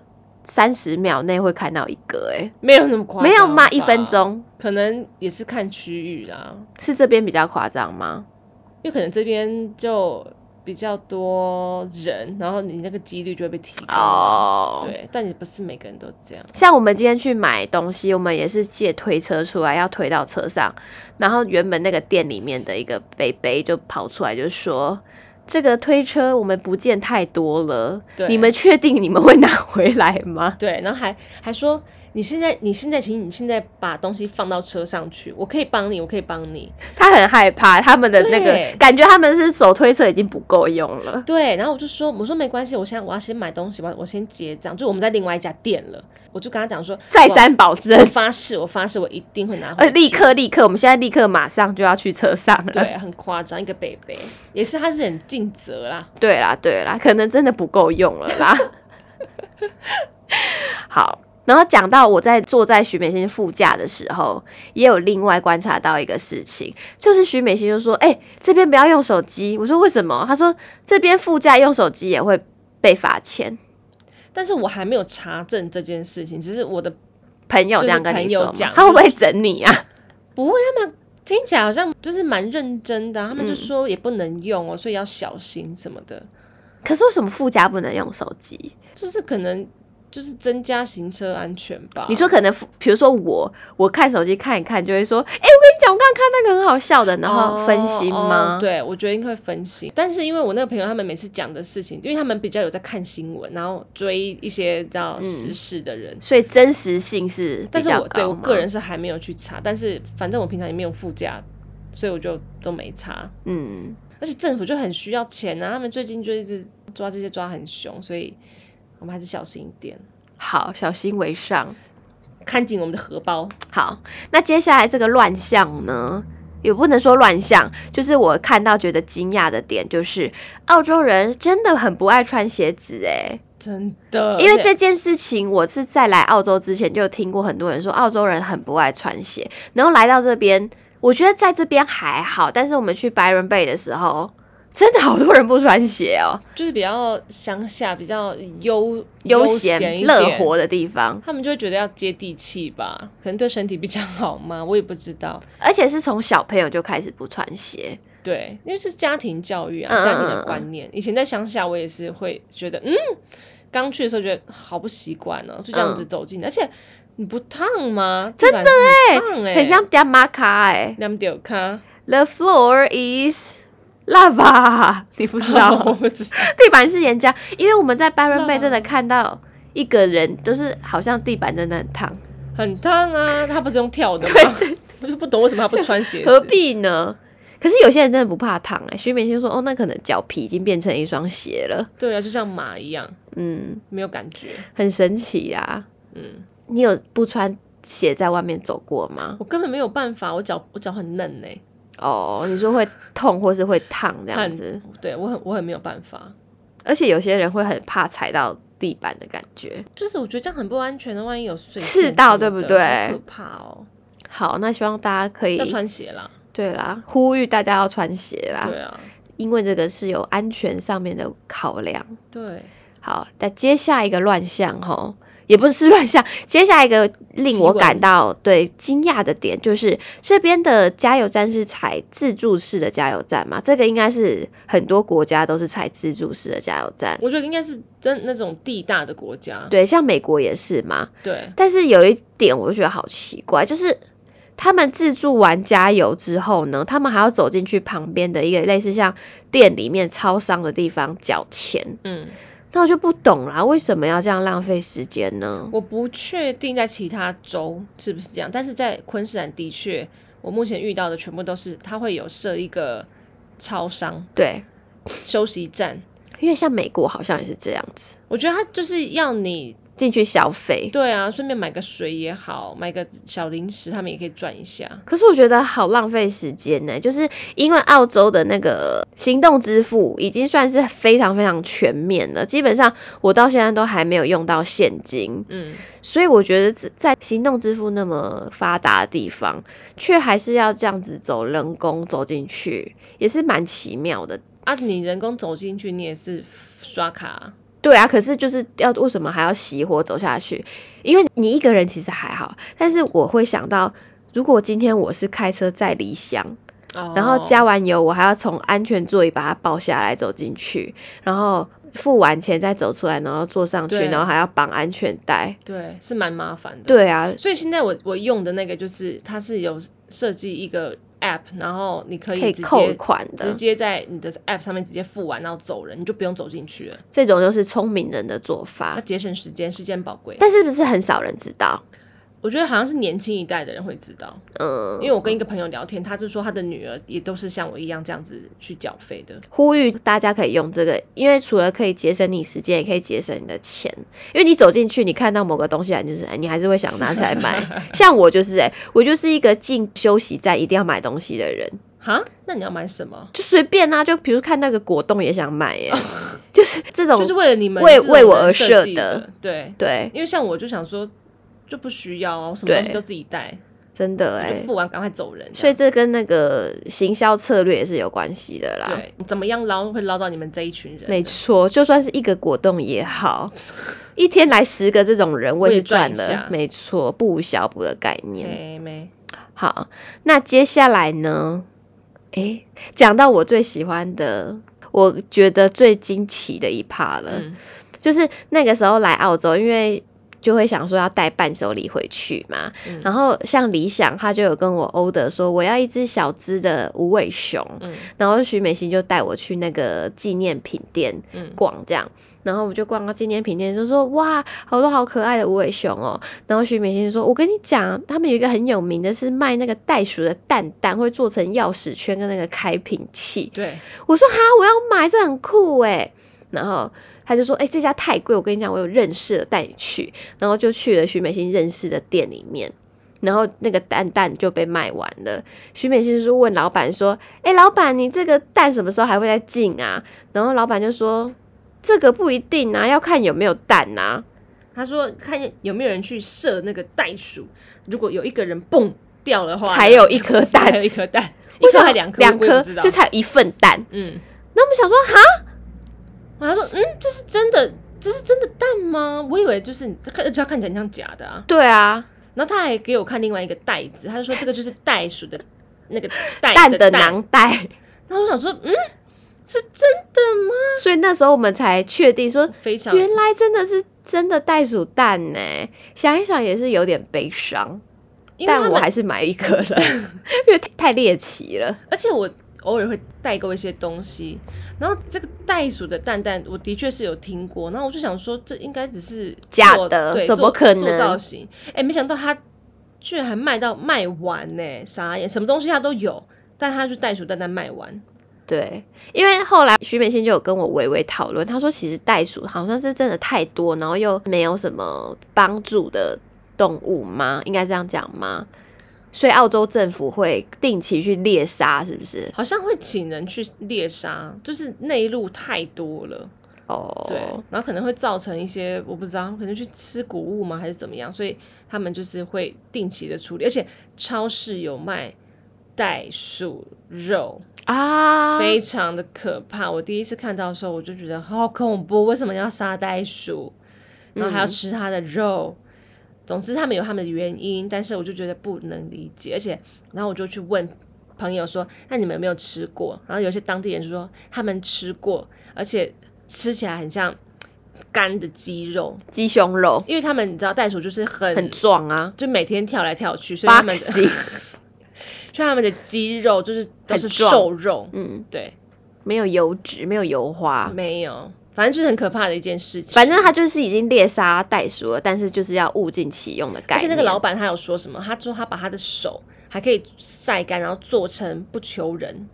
三十秒内会看到一个哎、
没有那么夸张，
没有吗？一分，钟
可能也是看区域啦，
是这边比较夸张吗？
因为可能这边就比较多人，然后你那个几率就会被提高。
哦，
啊对，但也不是每个人都这样。
像我们今天去买东西，我们也是借推车出来，要推到车上，然后原本那个店里面的一个北北就跑出来就说。这个推车我们不见太多了，
对
你们确定你们会拿回来吗？
对，然后还还说你现在你现在请你现在把东西放到车上去，我可以帮你，我可以帮你。
他很害怕，他们的那
对
个感觉，他们是手推车已经不够用了。
对，然后我就说我说没关系，我现在我要先买东西，我要我先结账，就我们在另外一家店了，我就跟他讲说
再
我
三保
我
证，
发誓，我发誓，我一定会拿回
呃，
去。
立刻立刻，我们现在立刻马上就要去车上了。
对，啊很夸张，一个北北也是，他是很尽责啦。
对啦，对啦，可能真的不够用了 啦。好，然后讲到我在坐在徐美欣副驾的时候，也有另外观察到一个事情，就是徐美欣就说：“哎、这边不要用手机。”我说：“为什么？”他说：“这边副驾用手机也会被罚钱。
但是我还没有查证这件事情，只是我的”
朋友这样跟你说吗
就是朋友讲
他会不会整你啊？
不会，他们听起来好像就是蛮认真的啊、他
嗯
们就说也不能用哦，所以要小心什么的，
可是为什么副驾不能用手机？
就是可能就是增加行车安全吧。
你说可能副，比如说我，我看手机看一看，就会说：“哎、我跟你讲，我刚刚看那个很好笑的。”然后分析
哦
吗？
哦对，我觉得应该会分析。但是因为我那个朋友，他们每次讲的事情，因为他们比较有在看新闻，然后追一些叫时事的人，
所以真实性是嗯比
但是
较高
我对我
吗
个人，是还没有去查，但是反正我平常也没有附加，所以我就都没查。
嗯，
而且政府就很需要钱啊，他们最近就一直抓这些抓很凶，所以我们还是小心一点，
好，小心为上。
看紧我们的荷包。
好，那接下来这个乱象呢，也不能说乱象，就是我看到觉得惊讶的点，就是澳洲人真的很不爱穿鞋子哎、
真的，
因为
而且
这件事情，我是在来澳洲之前就有听过很多人说澳洲人很不爱穿鞋，然后来到这边，我觉得在这边还好，但是我们去 Byron Bay 的时候，真的好多人不穿鞋哦，
就是比较乡下、比较悠
悠
闲
闲
一
乐
点
活的地方。
他们就会觉得要接地气吧，可能对身体比较好嘛， 我也不知道。
而且是从小朋友就开始不穿鞋，
对，因为是家庭教育啊，
嗯
家庭的观念。以前在乡下，我也是会觉得，嗯，刚去的时候觉得好不习惯哦，就这样子走
嗯
进，而且你不烫吗？真的哎，烫哎，
欸很像加玛卡哎。
两点咖，
The floor is lava，你 不知道
我
吗？
不知道。
地板是岩浆，因为我们在 Byron Bay
Lava
真的看到一个人，就是好像地板真的很烫，
很烫啊，他不是用跳的吗？我就不懂为什么他不穿鞋子，
何必呢？可是有些人真的不怕烫哎、徐美心说：“哦，那可能脚皮已经变成一双鞋了，
对啊，就像马一样，
嗯，
没有感觉。
很神奇啊。
嗯，
你有不穿鞋在外面走过吗？
我根本没有办法，我脚我脚很嫩欸呢、
哦，你说会痛或是会烫这样
很
子？
对我很我很没有办法。
而且有些人会很怕踩到地板的感觉。
就是我觉得这样很不安全的，万一有碎片
刺到
什么
对不
的
对
好可怕哦！
好，那希望大家可以
要穿鞋啦，
对啦，呼吁大家要穿鞋啦，
对啊，
因为这个是有安全上面的考量。
对，
好，那接下一个乱象吼，也不是乱象， 接下一个令我
奇闻
感到对惊讶的点就是，这边的加油站是采自助式的加油站嘛？这个应该是很多国家都是采自助式的加油站，
我觉得应该是真那种地大的国家，
对，像美国也是嘛。
对
但是有一点我就觉得好奇怪，就是他们自助完加油之后呢，他们还要走进去旁边的一个类似像店里面超商的地方缴钱，
嗯，
那我就不懂啦，为什么要这样浪费时间呢？
我不确定在其他州是不是这样，但是在昆士兰的确，我目前遇到的全部都是它会有设一个超商
对，
休息站，
因为像美国好像也是这样子，
我觉得它就是要你
进去消费。
对啊，顺便买个水也好，买个小零食，他们也可以赚一下。
可是我觉得好浪费时间呢、就是因为澳洲的那个行动支付已经算是非常非常全面了，基本上我到现在都还没有用到现金，
嗯，
所以我觉得这在行动支付那么发达的地方，却还是要这样子走人工走进去，也是蛮奇妙的。
啊，你人工走进去，你也是刷卡啊、
对啊，可是就是要为什么还要熄火走下去？因为你一个人其实还好，但是我会想到，如果今天我是开车在离乡，然后加
哦
完油，我还要从安全座椅把它抱下来走进去，然后付完钱再走出来，然后坐上去，
对
然后还要绑安全带。
对是蛮麻烦的。，
对啊，
所以现在我我用的那个就是它是有设计一个 app，然后你可
可
以
以
直
扣
接
款的
直，接在你的 app 上面直接付完，然后走人，你就不用走进去了。
这种就是聪明人的做法
那。节省时间是件宝贵。
啊但是不是很少人知道？
我觉得好像是年轻一代的人会知道，
嗯
因，为我跟一个朋友聊天，他就说他的女儿也都是像我一样这样子去缴费的。
呼吁大家可以用这个，因为除了可以节省你时间，也可以节省你的钱。因为你走进去，你看到某个东西，你就是哎你还是会想拿起来 买。像我就是哎、我就是一个进休息站一定要买东西的人，
哈，那你要买什么？
就随便啊，就比如看那个果冻也想买耶、 就是这种，
就是为了你们
为
这种
为我而
人设
设
计
的
的，对。
对，
因为像我就想说，就不需要啊，我什么东西
对
都自己带，
真的哎、
就付啊完赶快走人。
所以这跟那个行销策略也是有关系的
这
啦。
样对，怎么样捞会捞到你们这一群人？
没错，就算是一个果冻也 好，一天来十个这种人，我也
我
是
也赚
赚
一
了
下。
没错，不无小补的概念。
嘿没
好，那接下来呢？诶，讲到我最喜欢的，我觉得最惊奇的一 part 了，
嗯，
就是那个时候来澳洲，因为就会想说要带伴手礼回去嘛。
嗯
然后像理想，他就有跟我 order 说我要一只小只的无尾熊，
嗯
然后徐美心就带我去那个纪念品店
嗯
逛，这样。然后我们就逛到纪念品店，就说哇，好多好可爱的无尾熊哦。然后徐美心就说：“我跟你讲，他们有一个很有名的是卖那个袋鼠的蛋蛋，会做成钥匙圈跟那个开瓶器。”
对，
我说哈，我要买，这很酷哎。然后他就说，哎、这家太贵，我跟你讲，我有认识的，带你去。然后就去了徐美心认识的店里面，然后那个蛋蛋就被卖完了。徐美心就问老板说，哎、老板，你这个蛋什么时候还会再进啊？然后老板就说，这个不一定啊，要看有没有蛋啊。
他说看有没有人去射那个袋鼠，如果有一个人蹦掉的话，
才有一颗蛋
才有一颗 蛋，一颗还两颗，
两
我也
颗
不知道
就才有一份蛋。
嗯。
那我们想说，哈，
然后他说：“嗯，这是真的，这是真的蛋吗？我以为就是看，只要看起来很像假的啊。
对啊，”
然后他还给我看另外一个袋子，他就说这个就是袋鼠的那个袋
蛋
的
的
蛋。
囊袋。
然后我想说，嗯，是真的吗？
所以那时候我们才确定说，
非常
原来真的是真的袋鼠蛋呢，想一想也是有点悲伤，
因为
但
他
我
们，
还是买一颗了， 因为太太猎奇了。
而且我偶尔会代购一些东西，然后这个袋鼠的蛋蛋，我的确是有听过，然后我就想说，这应该只是
假
做
的
对，
怎
做
么可
做
能
造型？哎，没想到他居然还卖到卖完呢，傻眼，什么东西他都有，但他就袋鼠蛋蛋卖完，
对，因为后来徐美心就有跟我微微讨论，她说其实袋鼠好像是真的太多，然后又没有什么帮助的动物吗？应该这样讲吗？所以澳洲政府会定期去猎杀，是不是？
好像会请人去猎杀，就是内陆太多了。
哦，
对，然后可能会造成一些我不知道，可能去吃谷物吗，还是怎么样？所以他们就是会定期的处理，而且超市有卖袋鼠肉，
啊，
非常的可怕。我第一次看到的时候，我就觉得好恐怖，为什么要杀袋鼠？然后还
嗯
要吃它的肉。总之，他们有他们的原因，但是我就觉得不能理解，而且，然后我就去问朋友说：“那你们有没有吃过？”然后有些当地人就说他们吃过，而且吃起来很像干的鸡肉，
鸡胸肉
因为他们你知道袋鼠就是很
很壮啊，
就每天跳来跳去，嗯所以他们的
boxy，
所以他们的鸡肉就是都是
很壮
瘦肉，
嗯，
对，
没有油脂，没有油花，
没有，反正就是很可怕的一件事情。
啊反正他就是已经猎杀袋鼠了，但是就是要物尽其用的概念。
而且那个老板他有说什么？他说他把他的手还可以晒干，然后做成不求人。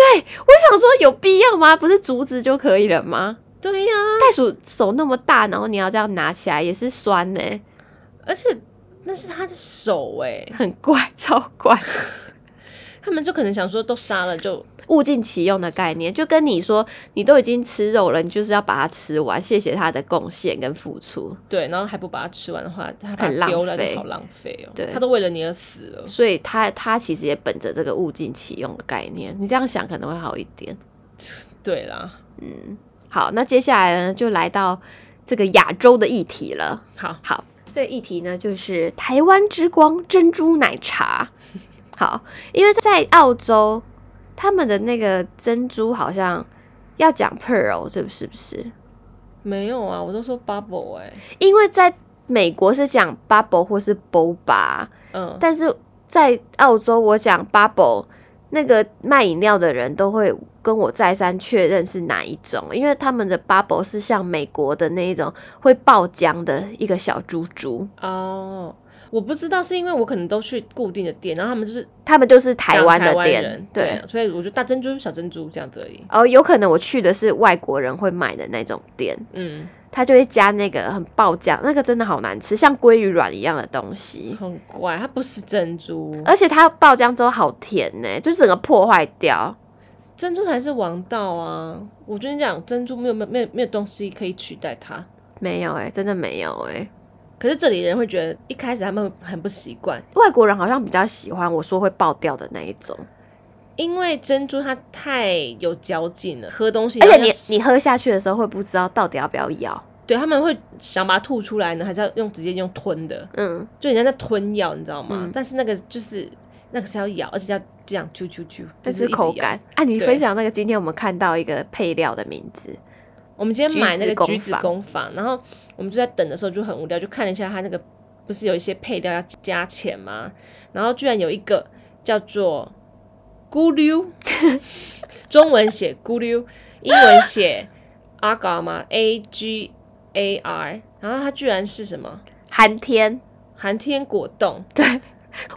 我想说有必要吗？不是竹子就可以了吗？
对呀、
袋鼠手那么大，然后你要这样拿起来也是酸呢、
而且那是他的手哎、
很怪，超怪。
他们就可能想说都杀了就
物尽其用的概念，就跟你说，你都已经吃肉了，你就是要把它吃完，谢谢他的贡献跟付出。
对，然后还不把它吃完的话，他把
很
它
浪
丢了
费
就好浪费哦。
对
他都为了你而死了。
所以他他其实也本着这个物尽其用的概念，你这样想可能会好一点。
对啦，
嗯，好，那接下来呢，就来到这个亚洲的议题了。
好，
好，这个议题呢，就是台湾之光珍珠奶茶。好，因为在澳洲，他们的那个珍珠好像要讲 pearl，这是不是？
没有啊，我都说 bubble 哎、
因为在美国是讲 bubble 或是 boba，
嗯，
但是在澳洲我讲 bubble，那个卖饮料的人都会跟我再三确认是哪一种，因为他们的 bubble 是像美国的那一种会爆浆的一个小珠珠，
哦，我不知道是因为我可能都去固定的店，然后他们就是
他们就是台
讲
湾的
台湾人
店，，
对，所以我就大珍珠、小珍珠这样子而已。
哦，有可能我去的是外国人会买的那种店，
嗯，
他就会加那个很爆浆，那个真的好难吃，像鲑鱼卵一样的东西，
很怪，它不是珍珠，
而且它爆浆之后好甜呢、就整个破坏掉。
珍珠才是王道啊！我跟你讲，珍珠没有没有没有没有东西可以取代它。
没有哎、真的没有哎、
可是这里人会觉得一开始他们很不习惯，
外国人好像比较喜欢我说会爆掉的那一种，
因为珍珠它太有嚼劲了，喝东西
而且
要
你
吸
你喝下去的时候会不知道到底要不要咬，
对他们会想把它吐出来呢，还是要用直接用吞的，
嗯，
就人家在吞药，你知道吗？
嗯
但是那个就是那个是要咬，而且要这样啾啾啾，
这
就是
是
一直
口
咬。
感。啊，你
对
分享那个今天我们看到一个配料的名字，
我们今天买那
橘子
个
工
橘子
坊
工坊，然后我们就在等的时候就很无聊，就看了一下它那个不是有一些配料要加钱吗？然后居然有一个叫做咕溜，中文写咕溜，英文写阿嘎嘛 A G A R，然后它居然是什么
寒天，
寒天果冻，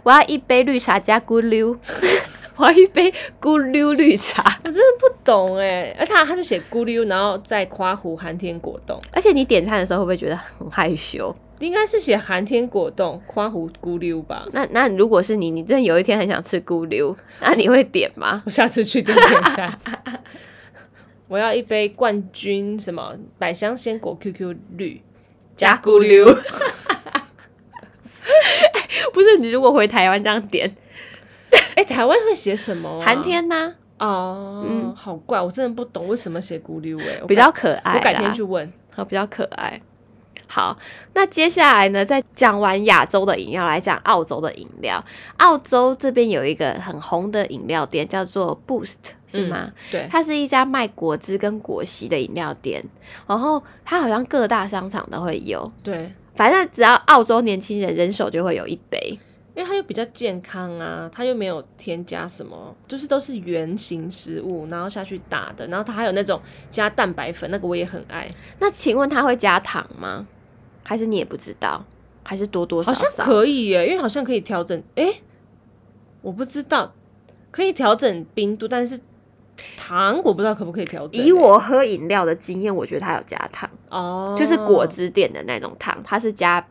我要一杯绿茶加咕溜， 我要一杯咕溜绿茶。
我真的不懂哎，而它它就写咕溜，然后再夸胡寒天果冻，
而且你点餐的时候会不会觉得很害羞？
应该是写寒天果冻夸胡咕溜吧？
那那如果是你，你真的有一天很想吃咕溜，那你会点吗？
我下次去店店看。 我要一杯冠军什么百香鲜果 QQ 绿
加咕
溜，
不是，你如果回台湾这样点，
哎、台湾会写什么、啊？
寒天呐、
哦，
嗯
好怪，我真的不懂为什么写咕溜哎、我
比
改
较可爱啦。
我改天去问。
好，比较可爱。好，那接下来呢，再讲完亚洲的饮料，来讲澳洲的饮料。澳洲这边有一个很红的饮料店，叫做 Boost，是吗？
嗯对，
它是一家卖果汁跟果昔的饮料店，然后它好像各大商场都会有，
对，
反正只要澳洲年轻人人手就会有一杯。
因为它又比较健康啊，它又没有添加什么，就是都是原形食物，然后下去打的，然后它还有那种加蛋白粉，那个我也很爱，
那请问它会加糖吗？还是你也不知道？还是多多少
好
少
像？可以耶，因为好像可以调整。诶，我不知道，可以调整冰度，但是糖我不知道可不可以调整耶。
以我喝饮料的经验，我觉得它有加糖。
哦，
就是果汁店的那种糖，它是加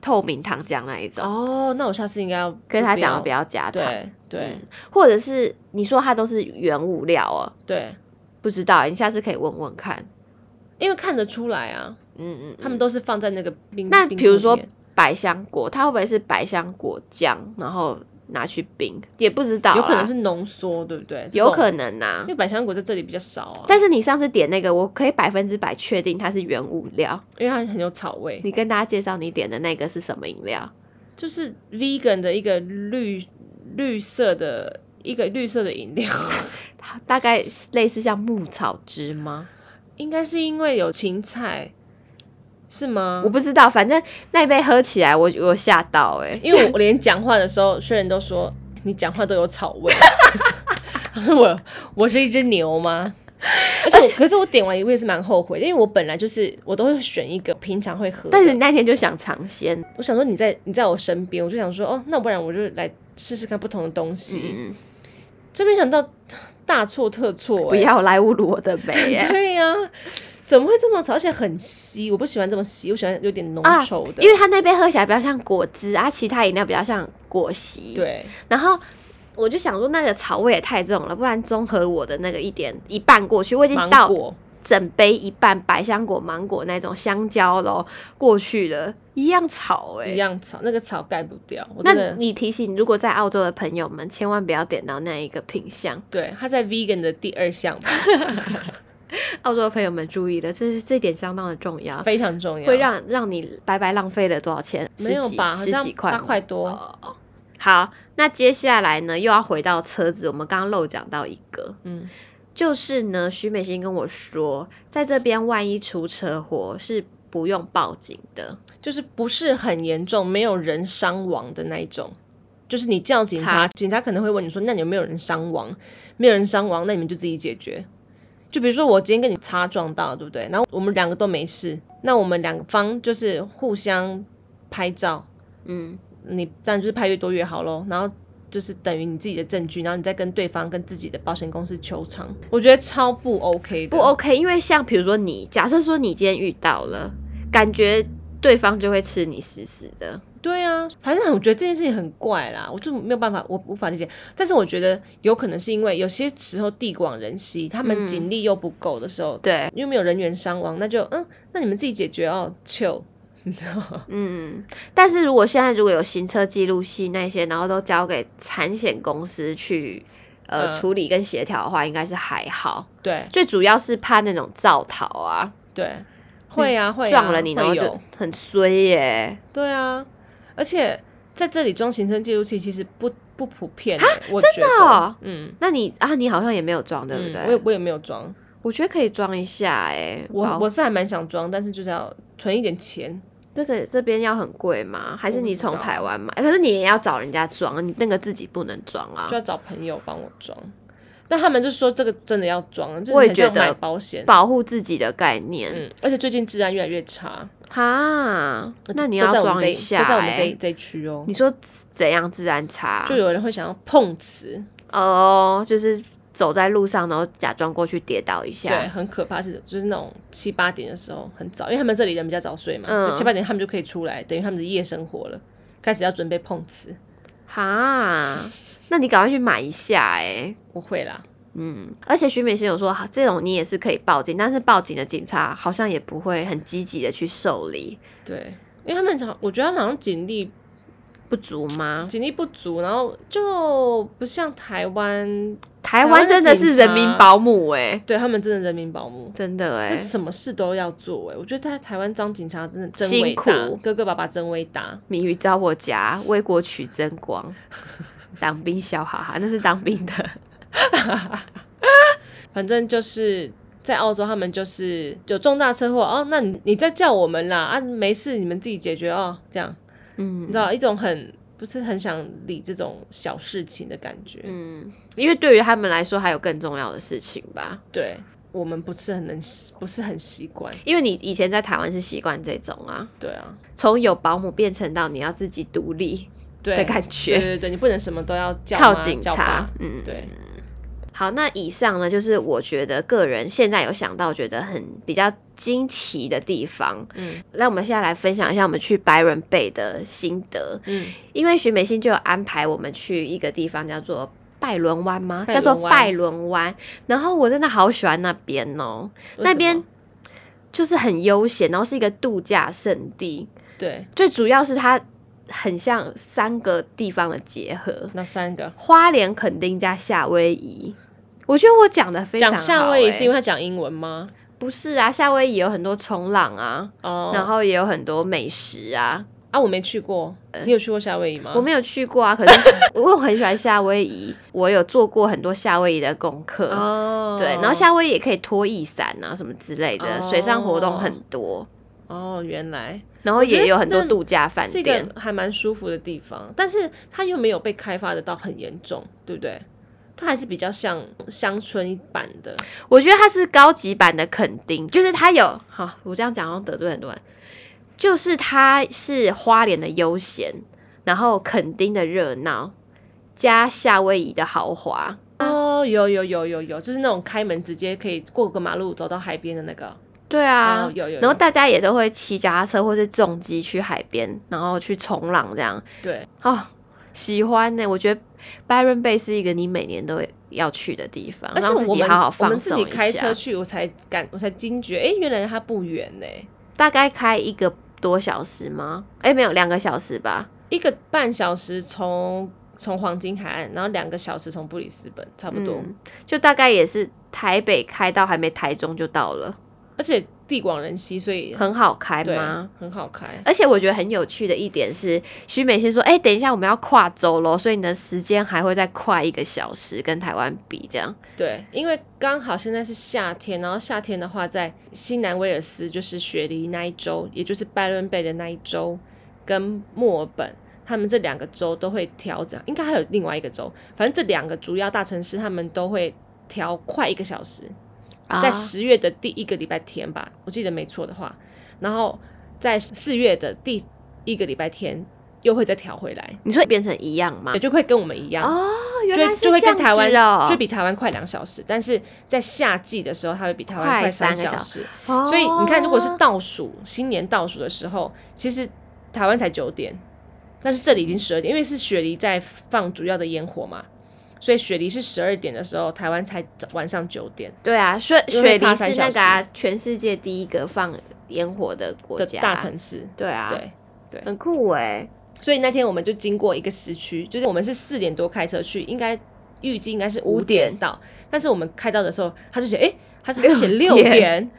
透明糖浆那一种。
哦，那我下次应该要
跟他讲
就
不要加糖，
对对
嗯或者是你说它都是原物料哦，
对，
不知道，你下次可以问问看。
因为看得出来啊，
嗯嗯，
他们
都
都是放在那个冰。
那
冰
比如
库
说
里面
百香果，它会不会是百香果酱，然后拿去冰？也不知道啦，
有可能是浓缩，对不对？这
啊有
种
可，能呐、
因为百香果在这里比较少啊，
但是你上次点那个，我可以百分之百确定它是原物料。
因为它很有草味，
你跟大家介绍你点的那个是什么饮料？
就是 vegan 的一个绿绿色的一个绿色的饮料。
它大概类似像牧草汁吗？
应该是因为有芹菜，是吗
我？不知道，反正那一杯喝起来我，我吓到哎、欸，
因为我连讲话的时候，虽然都说你讲话都有草味， 他说我我是一只牛吗？而且我，可是我点完一位是蛮后悔的，因为我本来就是我都会选一个平常会喝的
但是你那天就想尝鲜，
我想说你在你在我身边，我就想说哦，那不然我就来试试看不同的东西。
嗯，
这边想到大错特错、欸，
不要来侮辱我的美欸
对呀、怎么会这么吵？而且很稀，我不喜欢这么稀，我喜欢有点浓
啊
稠的。
因为它那杯喝起来比较像果汁啊，其他饮料比较像果昔。，
对，
然后我就想说那个草味也太重了，不然综合我的那个一点一半过去，我已经
芒
到
果
整杯一半百香果、芒果那种香蕉咯过去了，一样草哎、
一样草，那个草盖不掉。我真
那
的
你提醒，如果在澳洲的朋友们，千万不要点到那一个品相。
对，它在 vegan 的第二项 吧
澳洲的朋友们注意了，这是这点相当的重要，
非常重要，
会让让你白白浪费了多少钱？
没有
十几
吧？好
十
像
几块吗，哦
八块多。
哦。好，那接下来呢，又要回到车子，我们刚刚漏讲到一个，
嗯，
就是呢，徐美心跟我说，在这边万一出车祸是不用报警的，
就是不是很严重，没有人伤亡的那一种。就是你叫警
查
察，警察可能会问你说：“那你有没有人伤亡？没有人伤亡，那你们就自己解决。”就比如说我今天跟你擦撞到，对不对？然后我们两个都没事，那我们两方就是互相拍照，
嗯，
你当然就是拍越多越好喽。然后就是等于你自己的证据，然后你再跟对方跟自己的保险公司求偿，我觉得超不 OK 的。
不 OK，因为像比如说你，假设说你今天遇到了，感觉对方就会吃你死死的，
对啊，反正我觉得这件事情很怪啦，我就没有办法，我无法理解。但是我觉得有可能是因为有些时候地广人稀，他们
嗯
警力又不够的时候，
对，
因为没有人员伤亡，那就嗯，那你们自己解决哦，chill，你 知道吗？
嗯，但是如果现在如果有行车记录器那些，然后都交给产险公司去呃、
嗯
处理跟协调的话，应该是还好。
对
最主要是怕那种造逃啊，
对，会啊会啊
撞了你，然后
会有
就很衰耶、
对啊，而且在这里装行车记录器其实不不普遍欸、我觉
真的
得
哦，
嗯。
那你啊，你好像也没有装，对不
嗯
对？，
我也我也没有装，
我觉得可以装一下哎、
我
包
我是还蛮想装，但是就是要存一点钱，
这个这边要很贵吗？还
我
是
不
你
知
从
道
台湾买？可是你也要找人家装，啊你那个自己不能装啊
就。要找朋友帮我装。但他们就说这个真的要装，就是
我也
很像
觉得
买保险。
保护自己的概念
嗯，而且最近治安越来越差，
哈，那你
都
要
在我们
装
这
一
一
下、欸，
都在我们这一这一区哦
你。说啊怎样自然差？
就有人会想要碰瓷，
哦，就是走在路上，然后假装过去跌倒一下。
对，，很可怕是就是那种七八点的时候很早，因为他们这里人比较早睡嘛，
嗯
所以七八点他们就可以出来，等于他们的夜生活了，开始要准备碰瓷。
哈，那你赶快去买一下哎、
我会啦，
嗯，而且徐美心有说，哈这种你也是可以报警，但是报警的警察好像也不会很积极的去受理，
对，因为他们好，我觉得他们好像警力
不足吗？
警力不足，然后就不像台湾，
台
湾
湾
的
真的是
警察
人民保姆哎、
对他们真的欸人民保姆，
真的哎、
那什么事都要做哎、我觉得在台湾当警察真的真
辛
伟大
苦，
哥哥爸爸真伟大。
谜语找我家，为国取争 光，当兵笑哈哈，那是当兵的。
反正就是在澳洲，他们就是有重大车祸哦，那你你再叫我们啦啊，没事，你们自己解决哦，这样
嗯，
你知道一种很不是很想理这种小事情的感觉。
嗯，因为对于他们来说，还有更重要的事情吧。
对我们不是很能不是很习惯，
因为你以前在台湾是习惯这种啊，
对啊，
从有保姆变成到你要自己独立
对
的感
对
觉，
对对，你不能什么都要叫
靠
妈
警
叫
察
爸。
嗯，
对。
好，那以上呢，就是我觉得个人现在有想到觉得很比较惊奇的地方。
嗯
那我们现在来分享一下我们去白人贝的心得，
嗯，
因为徐美心就有安排我们去一个地方叫做拜伦湾吗？
拜
叫做
伦湾
拜伦湾。然后我真的好喜欢那边哦、
为
那
什
边
么
就是很悠闲，然后是一个度假胜地。
对
最主要是它很像三个地方的结合：
那三个
花莲、垦丁加夏威夷。我觉得我讲的非常
讲
好、欸
夏威夷是因
为
为他讲英文吗？
不是啊？夏威夷有很多冲浪啊，
哦，
然后也有很多美食啊。
啊，我没去过，你有去过夏威夷吗？
我没有去过啊，可是 我有很喜欢夏威夷，我有做过很多夏威夷的功课。
哦，
对，然后夏威夷也可以拖曳伞啊，什么之类的，水上活动很多，
哦，原来
然后
觉得
也有很多
是
度假饭
是一
店
个。还蛮舒服的地方，但是它又没有被开发的到很严重，对不对？它还是比较像乡村版的，
我觉得它是高级版的垦丁，就是它有好，我这样讲好像得罪很多人，就是它是花莲的悠闲，然后垦丁的热闹，加夏威夷的豪华。啊
哦，有有有有有，就是那种开门直接可以过个马路走到海边的那个，
对啊，
哦，有有有，
然后大家也都会骑脚踏车或是重机去海边，然后去冲浪这样。
对，
哦，喜欢欸呢、我觉得 Byron Bay 是一个你每年都要去的地方，
而且
让自
我
己
们
好好
我
放
们自
松
己
一
开
下
车。去，我才感我才惊觉，哎，原来它不远呢、
大概开一个多小时吗？哎，没有，两个小时吧。
一个半小时从从黄金海岸，然后两个小时从布里斯本，
嗯
差不多。
嗯就大概也是台北开到还没台中就到了。
而且地广人稀，所以
很好开
对
吗？
很好开。
而且我觉得很有趣的一点是，徐美心说：“哎、等一下我们要跨州喽，所以你的时间还会再快一个小时，跟台湾比这样。
对，因为刚好现在是夏天，然后夏天的话，在新南威尔斯就是雪梨那一州，也就是拜伦贝的那一州，跟墨尔本，他们这两个州都会调整，应该还有另外一个州，反正这两个主要大城市他们都会调快一个小时，在
啊
十月的第一个礼拜天吧，我记得没错的话，然后在四月的第一个礼拜天又会再调回来，
你说变成一样吗
也？就会跟我们一样。
哦，原
就
来
会
是
就会跟
这
台
样
湾
子哦，
就比台湾快两小时，但是在夏季的时候，它会比台湾
快
快
三
三
个小
小
时
时。
哦
所以你看，如果是倒数新年倒数的时候，其实台湾才九点，但是这里已经十二点，因为是雪梨在放主要的烟火嘛，所以雪梨是十二点的时候，台湾才早晚上九点
对啊，雪
因
雪
为
梨
差三
是那
小
个、啊、全世界第一个放烟火的国
的
家，
大城市。
对啊，
对，
很酷哎、
所以那天我们就经过一个时区，就是我们是四点多开车去，应该预计应该是五点到，但是我们开到的时候，他就写诶，他他就写
六
六
点
点，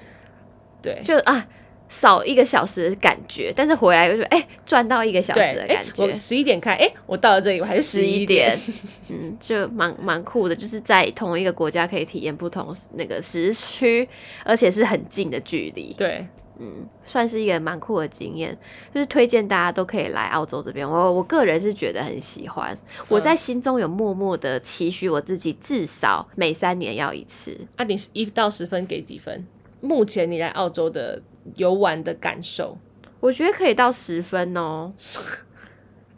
对，
就啊少一个小时的感觉，但是回来就是哎赚到一个小
对，
时的
诶
感觉。
我十一点开，诶，我到了这里我还是
十
一
一点， 嗯，就蛮蛮酷的，就是在同一个国家可以体验不同那个时区，而且是很近的距离，
对，
嗯，算是一个蛮酷的经验，就是推荐大家都可以来澳洲这边。我我个人是觉得很喜欢，我
嗯
在心中有默默的期许我自己至少每三年要一次，
啊，你一到十分给几分？目前你来澳洲的游玩的感受，
我觉得可以到十分 哦。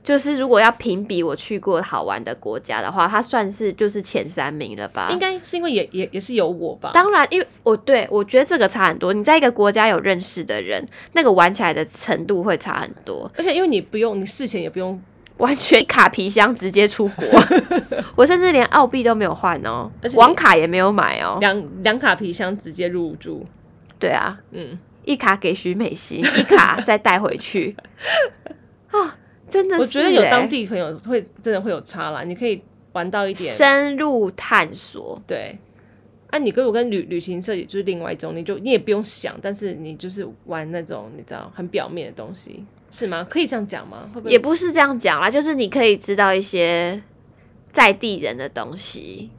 就是如果要评比我去过好玩的国家的话，它算是就是前三名了吧？
应该是因为也也也是有我吧，
啊当然，因为我对我觉得这个差很多。你在一个国家有认识的人，那个玩起来的程度会差很多。
而且因为你不用，你事前也不用，
完全卡皮箱直接出 国，我甚至连澳币都没有换哦
而且，你
网卡也没有买哦。
两两卡皮箱直接入住，
对啊，
嗯，
一卡给徐美心，一卡再带回 去。啊，真的是、欸，
我觉得有当地朋友会真的会有差啦，你可以玩到一点，
深入探索。
对。啊，你跟我跟旅旅行社也就是另外一种，你就你也不用想，但是你就是玩那种你知道很表面的东西，是吗？可以这样讲吗？会不会
也不是这样讲啦，就是你可以知道一些在地人的东西。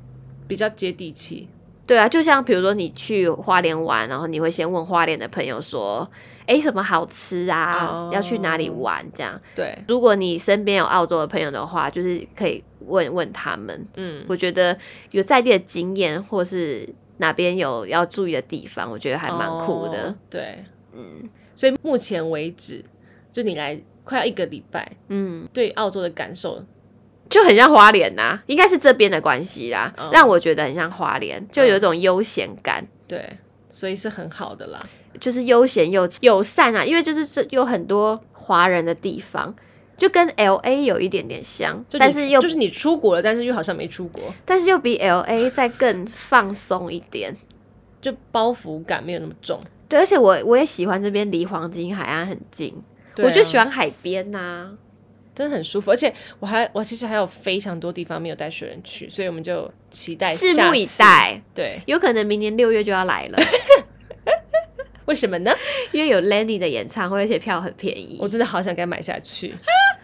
比较接地气？
对啊，就像比如说你去花莲玩，然后你会先问花莲的朋友说：“哎，什么好吃啊
哦
要去哪里玩？”这样，
对，
如果你身边有澳洲的朋友的话，就是可以问问他们。
嗯，
我觉得有在地的经验，或是哪边有要注意的地方，我觉得还蛮酷的。
哦对，
嗯
所以目前为止，就你来快要一个礼拜，
嗯，
对澳洲的感受，
就很像花莲呐、应该是这边的关系啦
哦
让我觉得很像花莲，就有一种悠闲感。
对，所以是很好的啦。
就是悠闲又友善啊，因为就是是有很多华人的地方，就跟 L A 有一点点像，
就你
但是又、
就是你出国了，但是又好像没出国，
但是又比 L A 再更放松一点。
就包袱感没有那么重。
对，而且我我也喜欢这边离黄金海岸很近，
对啊
我就喜，欢海边呐、
真的很舒服。而且我还我其实还有非常多地方没有带学人去，所以我们就期待
拭
啊下
目以
次。
待。
对，
有可能明年六月就要来了，
为什么呢？
因为有 Lenny 的演唱会，而且票很便宜。
我真的好想给它买下去。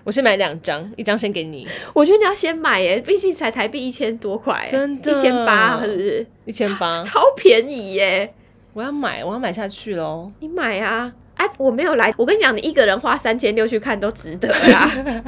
我先买两张，一张先给你，
我觉得你要先买耶，毕竟才台币一千多块耶，
真的
一千八是不是？
一千八，
超便宜耶！
我要买，我要买下去喽。
你买啊！啊，我没有来，我跟你讲，你一个人花三千六去看都值得啦，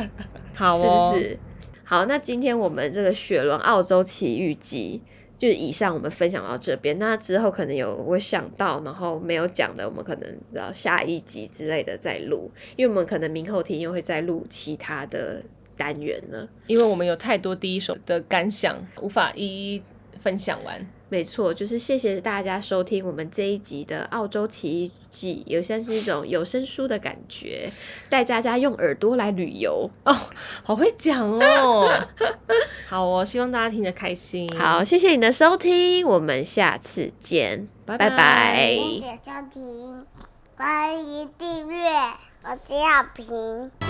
好
是不
哦，
是？好，那今天我们这个雪伦澳洲奇遇记，就是以上我们分享到这边。那之后可能有我想到，然后没有讲的，我们可能到下一集之类的再录，因为我们可能明后天又会再录其他的单元了。
因为我们有太多第一手的感想，无法一一分享完。
没错，就是谢谢大家收听我们这一集的《澳洲奇遇记》，有像是一种有声书的感觉，带大家用耳朵来旅游。
好会 讲哦，好哦，希望大家听得开心。，
好，谢谢你的收听，我们下次见，
拜
拜拜
拜
谢谢收听，欢迎订阅，我是小平。